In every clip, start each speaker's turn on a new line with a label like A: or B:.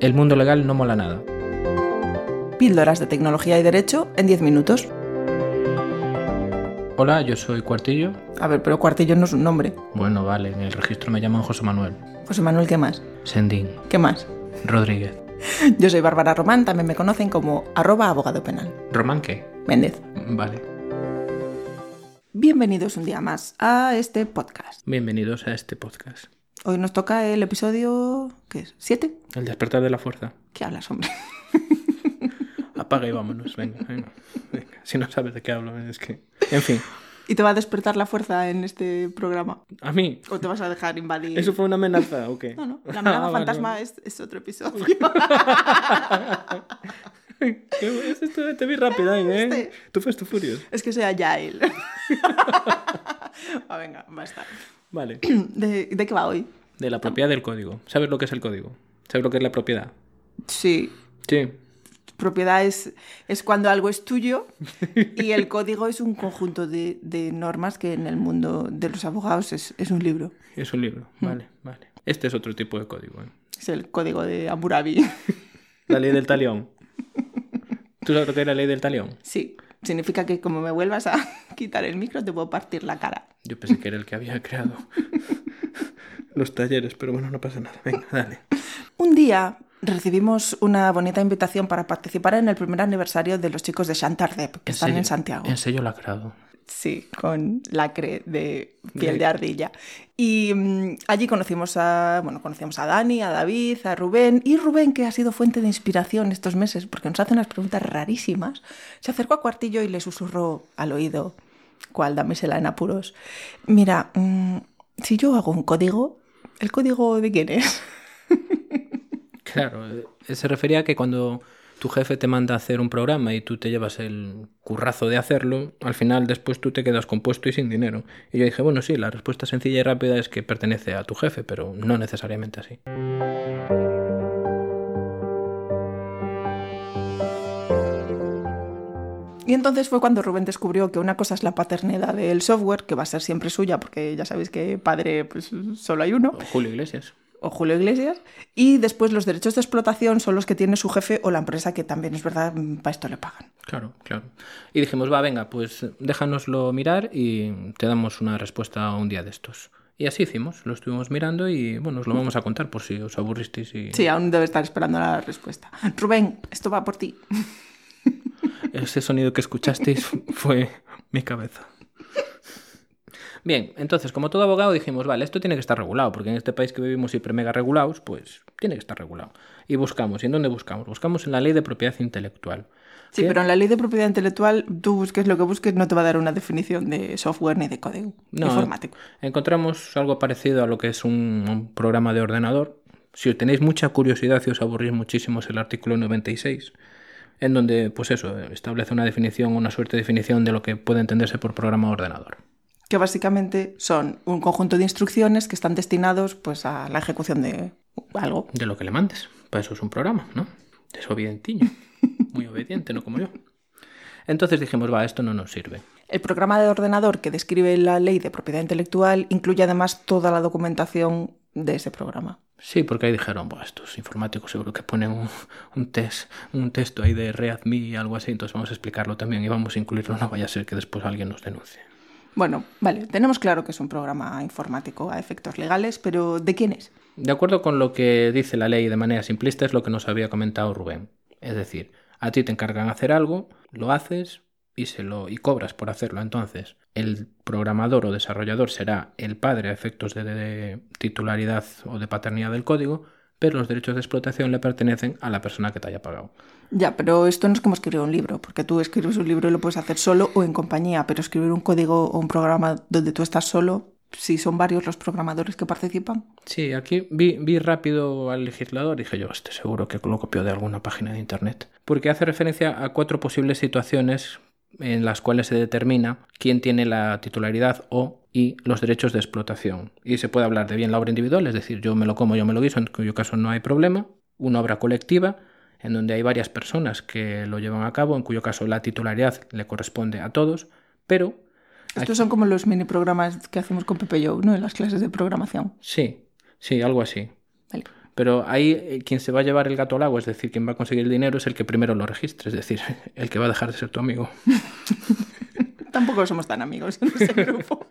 A: el mundo legal no mola nada.
B: Píldoras de tecnología y derecho en 10 minutos.
A: Hola, yo soy Cuartillo.
B: A ver, pero Cuartillo no es un nombre.
A: Bueno, vale, en el registro me llaman José Manuel.
B: José Manuel, ¿qué más?
A: Sendín.
B: ¿Qué más?
A: Rodríguez.
B: Yo soy Bárbara Román, también me conocen como arroba abogado penal.
A: ¿Román qué?
B: Méndez.
A: Vale.
B: Bienvenidos un día más a este podcast.
A: Bienvenidos a este podcast.
B: Hoy nos toca el episodio... ¿Qué es? ¿Siete?
A: El despertar de la fuerza.
B: ¿Qué hablas, hombre?
A: Apaga y vámonos, venga, venga, venga. Si no sabes de qué hablo, es que... En fin,
B: ¿Y te va a despertar la fuerza en este programa?
A: a mí...
B: ¿O te vas a dejar invadir?
A: ¿Eso fue una amenaza o qué?
B: No, no.
A: Ah,
B: La amenaza
A: vale,
B: fantasma
A: vale.
B: Es, es otro episodio.
A: Qué bueno, es esto, te vi rápido ahí,
B: Este.
A: ¿eh? Tú fuiste tú furios.
B: es que soy Agile. ah, venga, basta.
A: Vale.
B: ¿De, ¿De qué va hoy?
A: De la propiedad del código. ¿Sabes lo que es el código? ¿Sabes lo que es la propiedad?
B: Sí,
A: Sí.
B: propiedad es, es cuando algo es tuyo y el código es un conjunto de, de normas que en el mundo de los abogados es, es un libro.
A: Es un libro.
B: Hmm.
A: Vale, vale. Este es otro tipo de código, ¿eh?
B: Es el código de Hammurabi.
A: La ley del talión. ¿Tú sabes lo que es la ley del talión?
B: Sí, significa que como me vuelvas a quitar el micro te puedo partir la cara.
A: Yo pensé que era el que había creado los talleres, pero bueno, no pasa nada. Venga, dale.
B: Un día recibimos una bonita invitación para participar en el primer aniversario de los chicos de Shantardep, que están en Santiago.
A: En sello lacrado.
B: Sí, con lacre de piel de ardilla. Y mm, allí conocimos a, bueno, conocimos a Dani, a David, a Rubén. Y Rubén, que ha sido fuente de inspiración estos meses, porque nos hace unas preguntas rarísimas, se acercó a Cuartillo y le susurró al oído, cual damisela en apuros, mira, mm, si yo hago un código, ¿el código de quién es?
A: Claro, eh, se refería a que cuando tu jefe te manda a hacer un programa y tú te llevas el currazo de hacerlo, al final después tú te quedas compuesto y sin dinero. Y yo dije, bueno, sí, la respuesta sencilla y rápida es que pertenece a tu jefe, pero no necesariamente así.
B: Y entonces fue cuando Rubén descubrió que una cosa es la paternidad del software, que va a ser siempre suya, porque ya sabéis que padre pues, solo hay uno,
A: Julio Iglesias.
B: o Julio Iglesias, y después los derechos de explotación son los que tiene su jefe o la empresa, que también es verdad, mm, para esto le pagan.
A: Claro, claro. Y dijimos, va, venga, pues déjanoslo mirar y te damos una respuesta un día de estos. Y así hicimos, lo estuvimos mirando y bueno, os lo vamos a contar por si os aburristeis y...
B: Sí, aún debe estar esperando la respuesta. Rubén, esto va por ti.
A: Ese sonido que escuchasteis fue mi cabeza. Bien, entonces, como todo abogado dijimos, vale, esto tiene que estar regulado, porque en este país que vivimos hiper mega regulados, pues tiene que estar regulado. Y buscamos, ¿y en dónde buscamos? Buscamos en la ley de propiedad intelectual.
B: Sí,
A: ¿Qué?
B: pero en la ley de propiedad intelectual, tú busques lo que busques, no te va a dar una definición de software ni de código
A: No,
B: informático.
A: Encontramos algo parecido a lo que es un, un programa de ordenador. Si tenéis mucha curiosidad y os aburrís muchísimo es el artículo 96, en donde, pues eso, establece una definición, una suerte de definición de lo que puede entenderse por programa de ordenador.
B: Que básicamente son un conjunto de instrucciones que están destinados pues, a la ejecución de algo.
A: De lo que le mandes. Para eso es un programa, ¿no? Es obedientiño. Muy obediente, no como yo. Entonces dijimos, va, esto no nos sirve.
B: El programa de ordenador que describe la ley de propiedad intelectual incluye además toda la documentación de ese programa.
A: Sí, porque ahí dijeron, bueno, estos informáticos seguro que ponen un, un test, un texto ahí de Readme y algo así, entonces vamos a explicarlo también y vamos a incluirlo, no vaya a ser que después alguien nos denuncie.
B: Bueno, vale, tenemos claro que es un programa informático a efectos legales, pero ¿de quién es?
A: De acuerdo con lo que dice la ley de manera simplista es lo que nos había comentado Rubén. Es decir, a ti te encargan hacer algo, lo haces y se lo y cobras por hacerlo. Entonces, el programador o desarrollador será el padre a efectos de, de titularidad o de paternidad del código, pero los derechos de explotación le pertenecen a la persona que te haya pagado.
B: Ya, pero esto no es como escribir un libro, porque tú escribes un libro y lo puedes hacer solo o en compañía, pero escribir un código o un programa donde tú estás solo, si son varios los programadores que participan.
A: Sí, aquí vi, vi rápido al legislador y dije yo, este seguro que lo copió de alguna página de internet. Porque hace referencia a cuatro posibles situaciones en las cuales se determina quién tiene la titularidad o y los derechos de explotación. Y se puede hablar de bien la obra individual, es decir, yo me lo como, yo me lo guiso, en cuyo caso no hay problema. Una obra colectiva, en donde hay varias personas que lo llevan a cabo, en cuyo caso la titularidad le corresponde a todos, pero
B: Estos son como los mini programas que hacemos con Pepe Joe, ¿no? En las clases de programación.
A: sí, sí, algo así.
B: Vale.
A: Pero ahí eh, quien se va a llevar el gato al agua, es decir, quien va a conseguir el dinero es el que primero lo registre, es decir, el que va a dejar de ser tu amigo.
B: Tampoco somos tan amigos en ese grupo.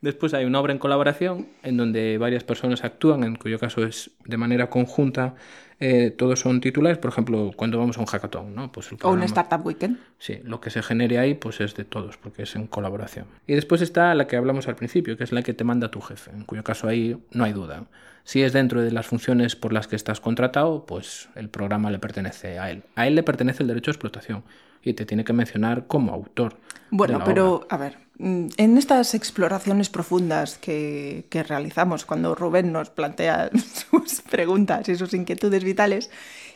A: Después hay una obra en colaboración en donde varias personas actúan, en cuyo caso es de manera conjunta, eh, todos son titulares, por ejemplo, cuando vamos a un hackathon, ¿no? Pues el
B: o un
A: programa-
B: Startup Weekend.
A: Sí, lo que se genere ahí pues es de todos, porque es en colaboración. Y después está la que hablamos al principio, que es la que te manda tu jefe, en cuyo caso ahí no hay duda. Si es dentro de las funciones por las que estás contratado, pues el programa le pertenece a él. A él le pertenece el derecho de explotación y te tiene que mencionar como autor. de
B: Bueno,
A: la obra.
B: pero a ver, mm, en estas exploraciones profundas que, que realizamos cuando Rubén nos plantea sus preguntas y sus inquietudes vitales,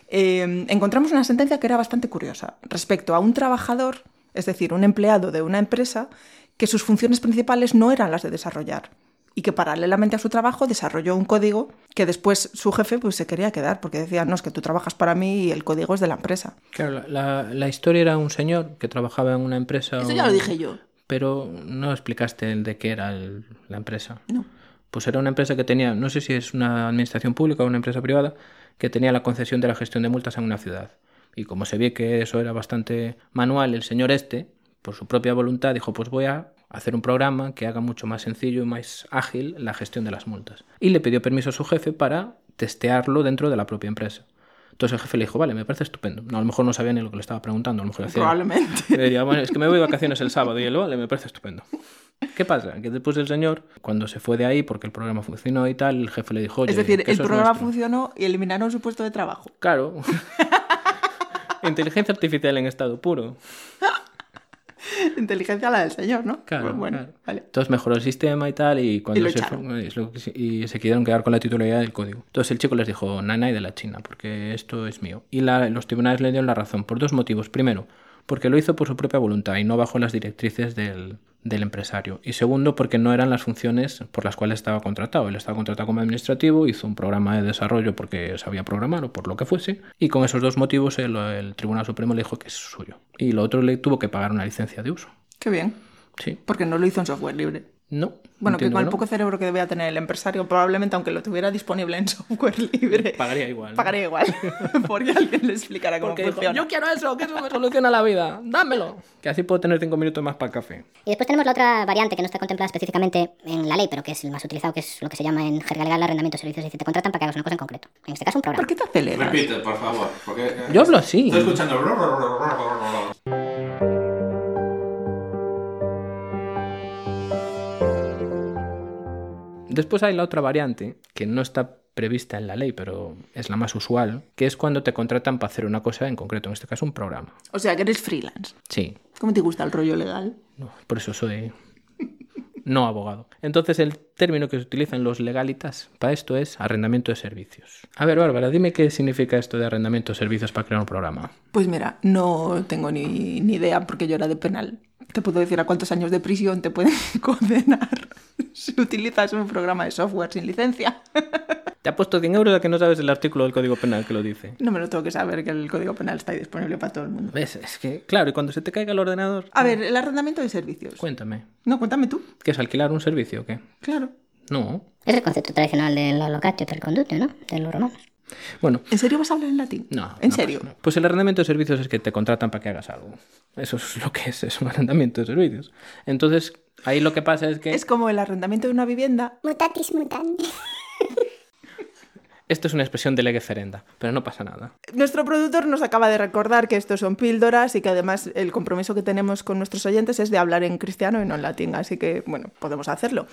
B: eh, encontramos una sentencia que era bastante curiosa respecto a un trabajador, es decir, un empleado de una empresa, que sus funciones principales no eran las de desarrollar y que paralelamente a su trabajo desarrolló un código que después su jefe pues, se quería quedar porque decía, no, es que tú trabajas para mí y el código es de la empresa.
A: Claro, la, la- la historia era un señor que trabajaba en una empresa.
B: Eso ya lo dije yo.
A: Pero no explicaste el de qué era el- la empresa.
B: No.
A: Pues era una empresa que tenía, no sé si es una administración pública o una empresa privada, que tenía la concesión de la gestión de multas en una ciudad. Y como se vio que eso era bastante manual, el señor este, por su propia voluntad, dijo, pues voy a hacer un programa que haga mucho más sencillo y más ágil la gestión de las multas. Y le pidió permiso a su jefe para testearlo dentro de la propia empresa. Entonces el jefe le dijo, vale, me parece estupendo. No, a lo mejor no sabía ni lo que le estaba preguntando, a lo mejor le hacía...
B: Probablemente.
A: Le diría, bueno, es que me voy de vacaciones el sábado y él, vale, me parece estupendo. ¿Qué pasa? Que después el señor, cuando se fue de ahí porque el programa funcionó y tal, el jefe le dijo, oye,
B: es decir,
A: que
B: el
A: eso es
B: programa
A: nuestro".
B: funcionó y eliminaron su puesto de trabajo.
A: Claro. Inteligencia artificial en estado puro.
B: Inteligencia la del señor, ¿no? Pues
A: Claro,
B: Bueno,
A: claro.
B: vale.
A: Entonces mejoró el sistema y tal, y cuando
B: lo
A: se
B: echaron.
A: fue- es lo que se- y se quedaron quedar con la titularidad del código. Entonces el chico les dijo, nana y de la China, porque esto es mío. Y la- los tribunales le dieron la razón por dos motivos. Primero, porque lo hizo por su propia voluntad y no bajo las directrices del, del empresario. Y segundo, porque no eran las funciones por las cuales estaba contratado. Él estaba contratado como administrativo, hizo un programa de desarrollo porque sabía programar o por lo que fuese. Y con esos dos motivos el, el Tribunal Supremo le dijo que es suyo. Y lo otro le tuvo que pagar una licencia de uso.
B: Qué bien.
A: Sí.
B: Porque no lo hizo en software libre.
A: No.
B: Bueno, que
A: entiendo
B: con el
A: no.
B: poco cerebro que debía tener el empresario, probablemente aunque lo tuviera disponible en software libre,
A: Pagaría igual. ¿no?
B: pagaría igual. porque alguien le explicara cómo
A: Porque dijo,
B: funciona.
A: yo quiero eso, que eso me soluciona la vida. Dámelo. Que así puedo tener cinco minutos más para el café.
C: Y después tenemos la otra variante que no está contemplada específicamente en la ley, pero que es el más utilizado, que es lo que se llama en jerga legal arrendamiento de servicios. Es decir, te contratan para que hagas una cosa en concreto. En este caso, un programa.
B: ¿Por qué te aceleras?
D: Repite, por favor. Porque, eh,
A: Yo hablo así.
D: Estoy escuchando.
A: Después hay la otra variante, que no está prevista en la ley, pero es la más usual, que es cuando te contratan para hacer una cosa en concreto, en este caso un programa.
B: O sea, que eres freelance.
A: Sí,
B: ¿Cómo te gusta el rollo legal?
A: no, por eso soy no abogado. Entonces el término que se utilizan los legalitas para esto es arrendamiento de servicios. A ver, Bárbara, dime qué significa esto de arrendamiento de servicios para crear un programa.
B: Pues mira, no tengo ni, ni idea porque yo era de penal. Te puedo decir a cuántos años de prisión te pueden condenar si utilizas un programa de software sin licencia.
A: Te ha puesto 100 euros a que no sabes el artículo del Código Penal que lo dice.
B: No me lo tengo que saber, que el Código Penal está ahí disponible para todo el mundo.
A: ¿Ves? Es que, claro, y cuando se te caiga el ordenador.
B: A ver, el arrendamiento de servicios.
A: Cuéntame.
B: No, cuéntame tú.
A: ¿Qué es alquilar un servicio o qué?
B: Claro.
A: No.
C: Es el concepto tradicional de los locatio per conductio, ¿no? De los romanos.
A: Bueno,
B: ¿En serio vas a hablar en latín?
A: no. no,
B: ¿En
A: pues
B: serio?
A: no. Pues el arrendamiento de servicios es que te contratan para que hagas algo. Eso es lo que es, es un arrendamiento de servicios. Entonces, ahí lo que pasa es que
B: Es como el arrendamiento de una vivienda.
C: Mutatis mutandis.
A: esto es una expresión de lege ferenda, pero no pasa nada.
B: Nuestro productor nos acaba de recordar que estos son píldoras y que además el compromiso que tenemos con nuestros oyentes es de hablar en cristiano y no en latín, así que, bueno, podemos hacerlo.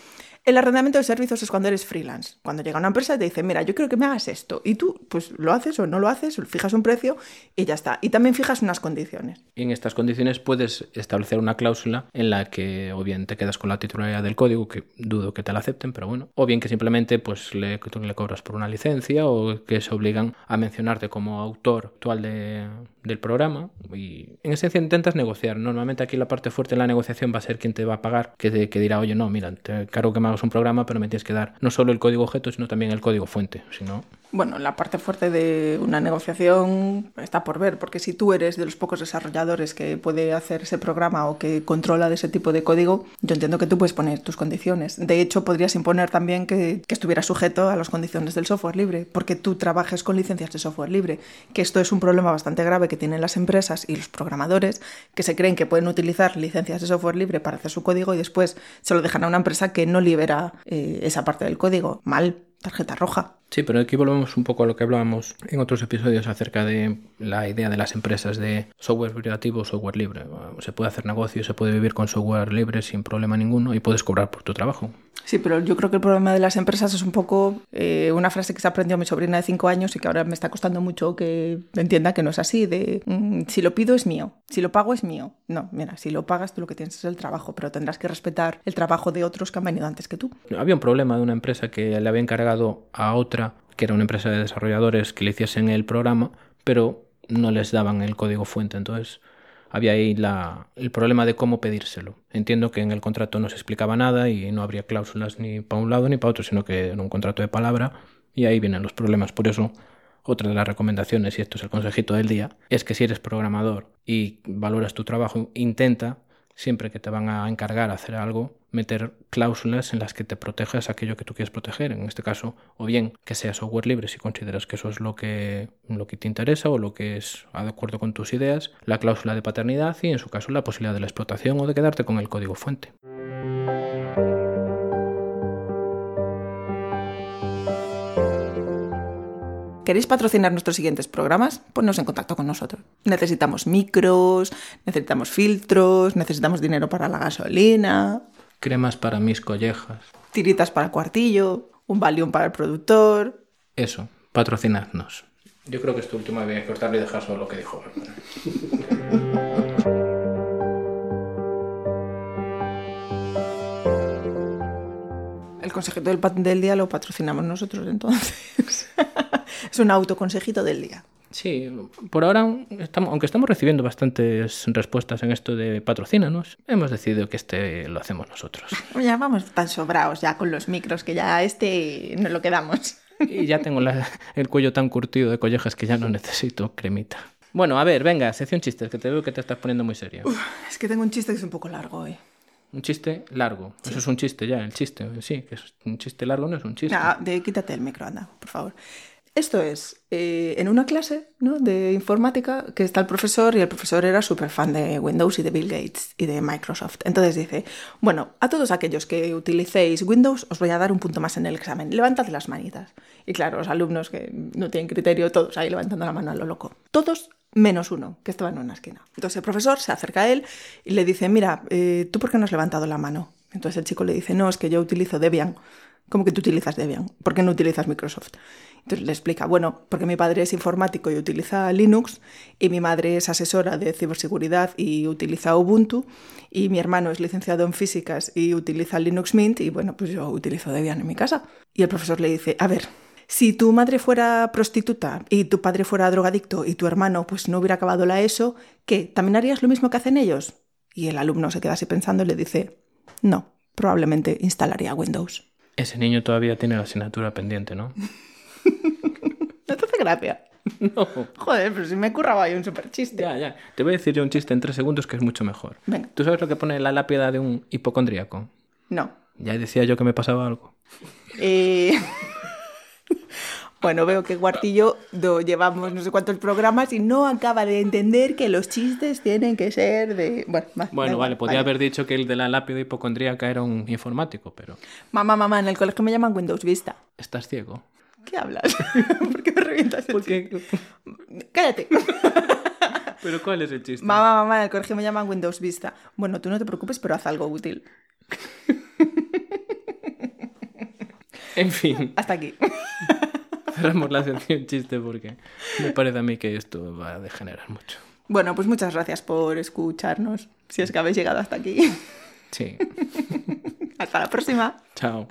B: El arrendamiento de servicios es cuando eres freelance. Cuando llega una empresa y te dice, mira, yo quiero que me hagas esto. Y tú, pues lo haces o no lo haces, fijas un precio y ya está. Y también fijas unas condiciones.
A: En estas condiciones puedes establecer una cláusula en la que o bien te quedas con la titularidad del código, que dudo que te la acepten, pero bueno, o bien que simplemente pues le, que tú le cobras por una licencia o que se obligan a mencionarte como autor actual de, del programa y en esencia intentas negociar. Normalmente aquí la parte fuerte de la negociación va a ser quien te va a pagar, que, te- que dirá, oye, no, mira, te cargo que me hagas un programa, pero me tienes que dar no solo el código objeto, sino también el código fuente. Si no,
B: Bueno, la parte fuerte de una negociación está por ver, porque si tú eres de los pocos desarrolladores que puede hacer ese programa o que controla de ese tipo de código, yo entiendo que tú puedes poner tus condiciones. De hecho, podrías imponer también que, que estuviera sujeto a las condiciones del software libre, porque tú trabajes con licencias de software libre, que esto es un problema bastante grave que tienen las empresas y los programadores, que se creen que pueden utilizar licencias de software libre para hacer su código y después se lo dejan a una empresa que no libera eh, esa parte del código. Mal, tarjeta roja.
A: Sí, pero aquí volvemos un poco a lo que hablábamos en otros episodios acerca de la idea de las empresas de software privativo o software libre. Se puede hacer negocio, se puede vivir con software libre sin problema ninguno y puedes cobrar por tu trabajo.
B: Sí, pero yo creo que el problema de las empresas es un poco eh, una frase que se aprendió mi sobrina de 5 años y que ahora me está costando mucho que entienda que no es así, de mm, si lo pido es mío, si lo pago es mío. No, mira, si lo pagas tú lo que tienes es el trabajo, pero tendrás que respetar el trabajo de otros que han venido antes que tú.
A: Había un problema de una empresa que le había encargado a otra, que era una empresa de desarrolladores, que le hiciesen el programa, pero no les daban el código fuente. Entonces había ahí la- el problema de cómo pedírselo. Entiendo que en el contrato no se explicaba nada y no habría cláusulas ni para un lado ni para otro, sino que era un contrato de palabra y ahí vienen los problemas. Por eso otra de las recomendaciones, y esto es el consejito del día, es que si eres programador y valoras tu trabajo, intenta, siempre que te van a encargar a hacer algo, meter cláusulas en las que te protejas aquello que tú quieres proteger, en este caso, o bien que sea software libre si consideras que eso es lo que, lo que te interesa o lo que es de acuerdo con tus ideas, la cláusula de paternidad y en su caso la posibilidad de la explotación o de quedarte con el código fuente.
B: ¿Queréis patrocinar nuestros siguientes programas? Ponnos en contacto con nosotros. Necesitamos micros, necesitamos filtros, necesitamos dinero para la gasolina,
A: Cremas para mis collejas.
B: tiritas para el cuartillo, un valium para el productor,
A: Eso, patrocinadnos. Yo creo que es tu última vez cortarlo y dejar solo lo que dijo.
B: El consejito del, pa- del día lo patrocinamos nosotros entonces. es un autoconsejito del día.
A: Sí, por ahora, estamos, aunque estamos recibiendo bastantes respuestas en esto de patrocínanos, hemos decidido que este lo hacemos nosotros.
B: Ya vamos tan sobraos ya con los micros que ya este nos lo quedamos.
A: Y ya tengo la- el cuello tan curtido de collejas que ya no necesito cremita. Bueno, a ver, venga, sección chistes, que te veo que te estás poniendo muy seria.
B: Es que tengo un chiste que es un poco largo hoy.
A: Un chiste largo. Eso es un chiste ya, el chiste en sí, que es un chiste largo no es un chiste.
B: Nada, de, quítate el micro, anda, por favor. Esto es, eh, en una clase ¿no? de informática que está el profesor y el profesor era súper fan de Windows y de Bill Gates y de Microsoft. Entonces dice, bueno, a todos aquellos que utilicéis Windows os voy a dar un punto más en el examen. Levantad las manitas. Y claro, los alumnos que no tienen criterio, todos ahí levantando la mano a lo loco. Todos menos uno, que estaba en una esquina. Entonces el profesor se acerca a él y le dice, mira, eh, ¿tú por qué no has levantado la mano? Entonces el chico le dice, no, es que yo utilizo Debian. ¿Cómo que tú utilizas Debian? ¿Por qué no utilizas Microsoft? Entonces le explica, bueno, porque mi padre es informático y utiliza Linux, y mi madre es asesora de ciberseguridad y utiliza Ubuntu, y mi hermano es licenciado en físicas y utiliza Linux Mint, y bueno, pues yo utilizo Debian en mi casa. Y el profesor le dice, a ver, si tu madre fuera prostituta y tu padre fuera drogadicto y tu hermano pues no hubiera acabado la ESO, ¿qué? ¿También harías lo mismo que hacen ellos? Y el alumno se queda así pensando y le dice, no, probablemente instalaría Windows.
A: Ese niño todavía tiene la asignatura pendiente, ¿no?
B: No te hace gracia.
A: No.
B: Joder, pero si me curraba yo un super chiste.
A: Ya, ya. Te voy a decir yo un chiste en tres segundos que es mucho mejor.
B: Venga.
A: ¿Tú sabes lo que pone la lápida de un hipocondríaco?
B: No.
A: Ya decía yo que me pasaba algo.
B: Eh, bueno, veo que Guartillo lo llevamos no sé cuántos programas y no acaba de entender que los chistes tienen que ser de. Bueno, va, da
A: Bueno,
B: igual,
A: vale, podía haber dicho que el de la lápida hipocondríaca era un informático, pero
B: Mamá, mamá, en el colegio me llaman Windows Vista.
A: estás ciego.
B: ¿Qué hablas? ¿Por qué me revientas el
A: Porque-
B: chiste? Cállate.
A: ¿Pero cuál es el chiste?
B: mamá, mamá, en el colegio me llaman Windows Vista. Bueno, tú no te preocupes, pero haz algo útil.
A: En fin,
B: Hasta aquí.
A: cerramos la sección chiste porque me parece a mí que esto va a degenerar mucho.
B: Bueno, pues muchas gracias por escucharnos. Si es que habéis llegado hasta aquí.
A: Sí,
B: Hasta la próxima.
A: chao.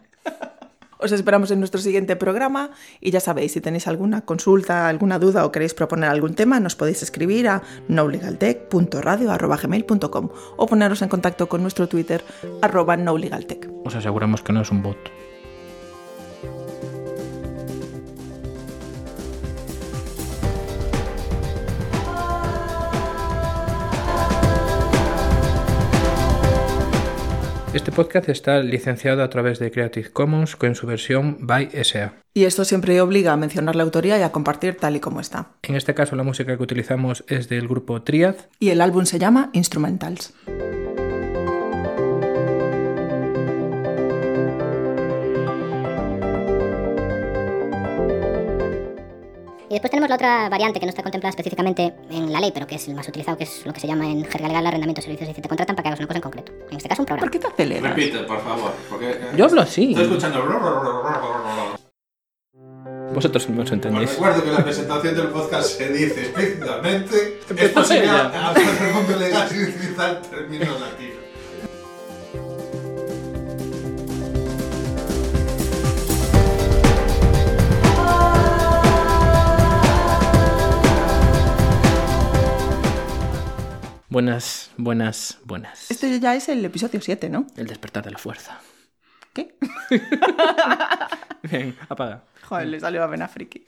B: Os esperamos en nuestro siguiente programa y ya sabéis, si tenéis alguna consulta, alguna duda o queréis proponer algún tema, nos podéis escribir a nolegaltech.radio.gmail.com o poneros en contacto con nuestro Twitter arroba nolegaltech.
A: Os aseguramos que no es un bot. Este podcast está licenciado a través de Creative Commons con su versión by SA.
B: Y esto siempre obliga a mencionar la autoría y a compartir tal y como está.
A: En este caso la música que utilizamos es del grupo Triad.
B: Y el álbum se llama Instrumentals.
C: Y después tenemos la otra variante que no está contemplada específicamente en la ley, pero que es el más utilizado, que es lo que se llama en jerga legal arrendamiento de servicios y te contratan para que hagas una cosa en concreto. En este caso, un programa.
B: ¿Por qué te aceleras?
D: Repite, por favor. Porque,
A: Yo hablo así.
D: Estoy escuchando.
A: Vosotros no os
D: Os
A: entendéis.
D: recuerdo que en la presentación del podcast se dice explícitamente es
A: Empezó
D: posible
A: ella.
D: hacer el mundo legal sin utilizar términos latinos.
A: Buenas, buenas, buenas.
B: Este ya es el episodio 7, ¿no?
A: El despertar de la fuerza.
B: ¿Qué?
A: Bien, apaga.
B: Joder, le salió a pena friki.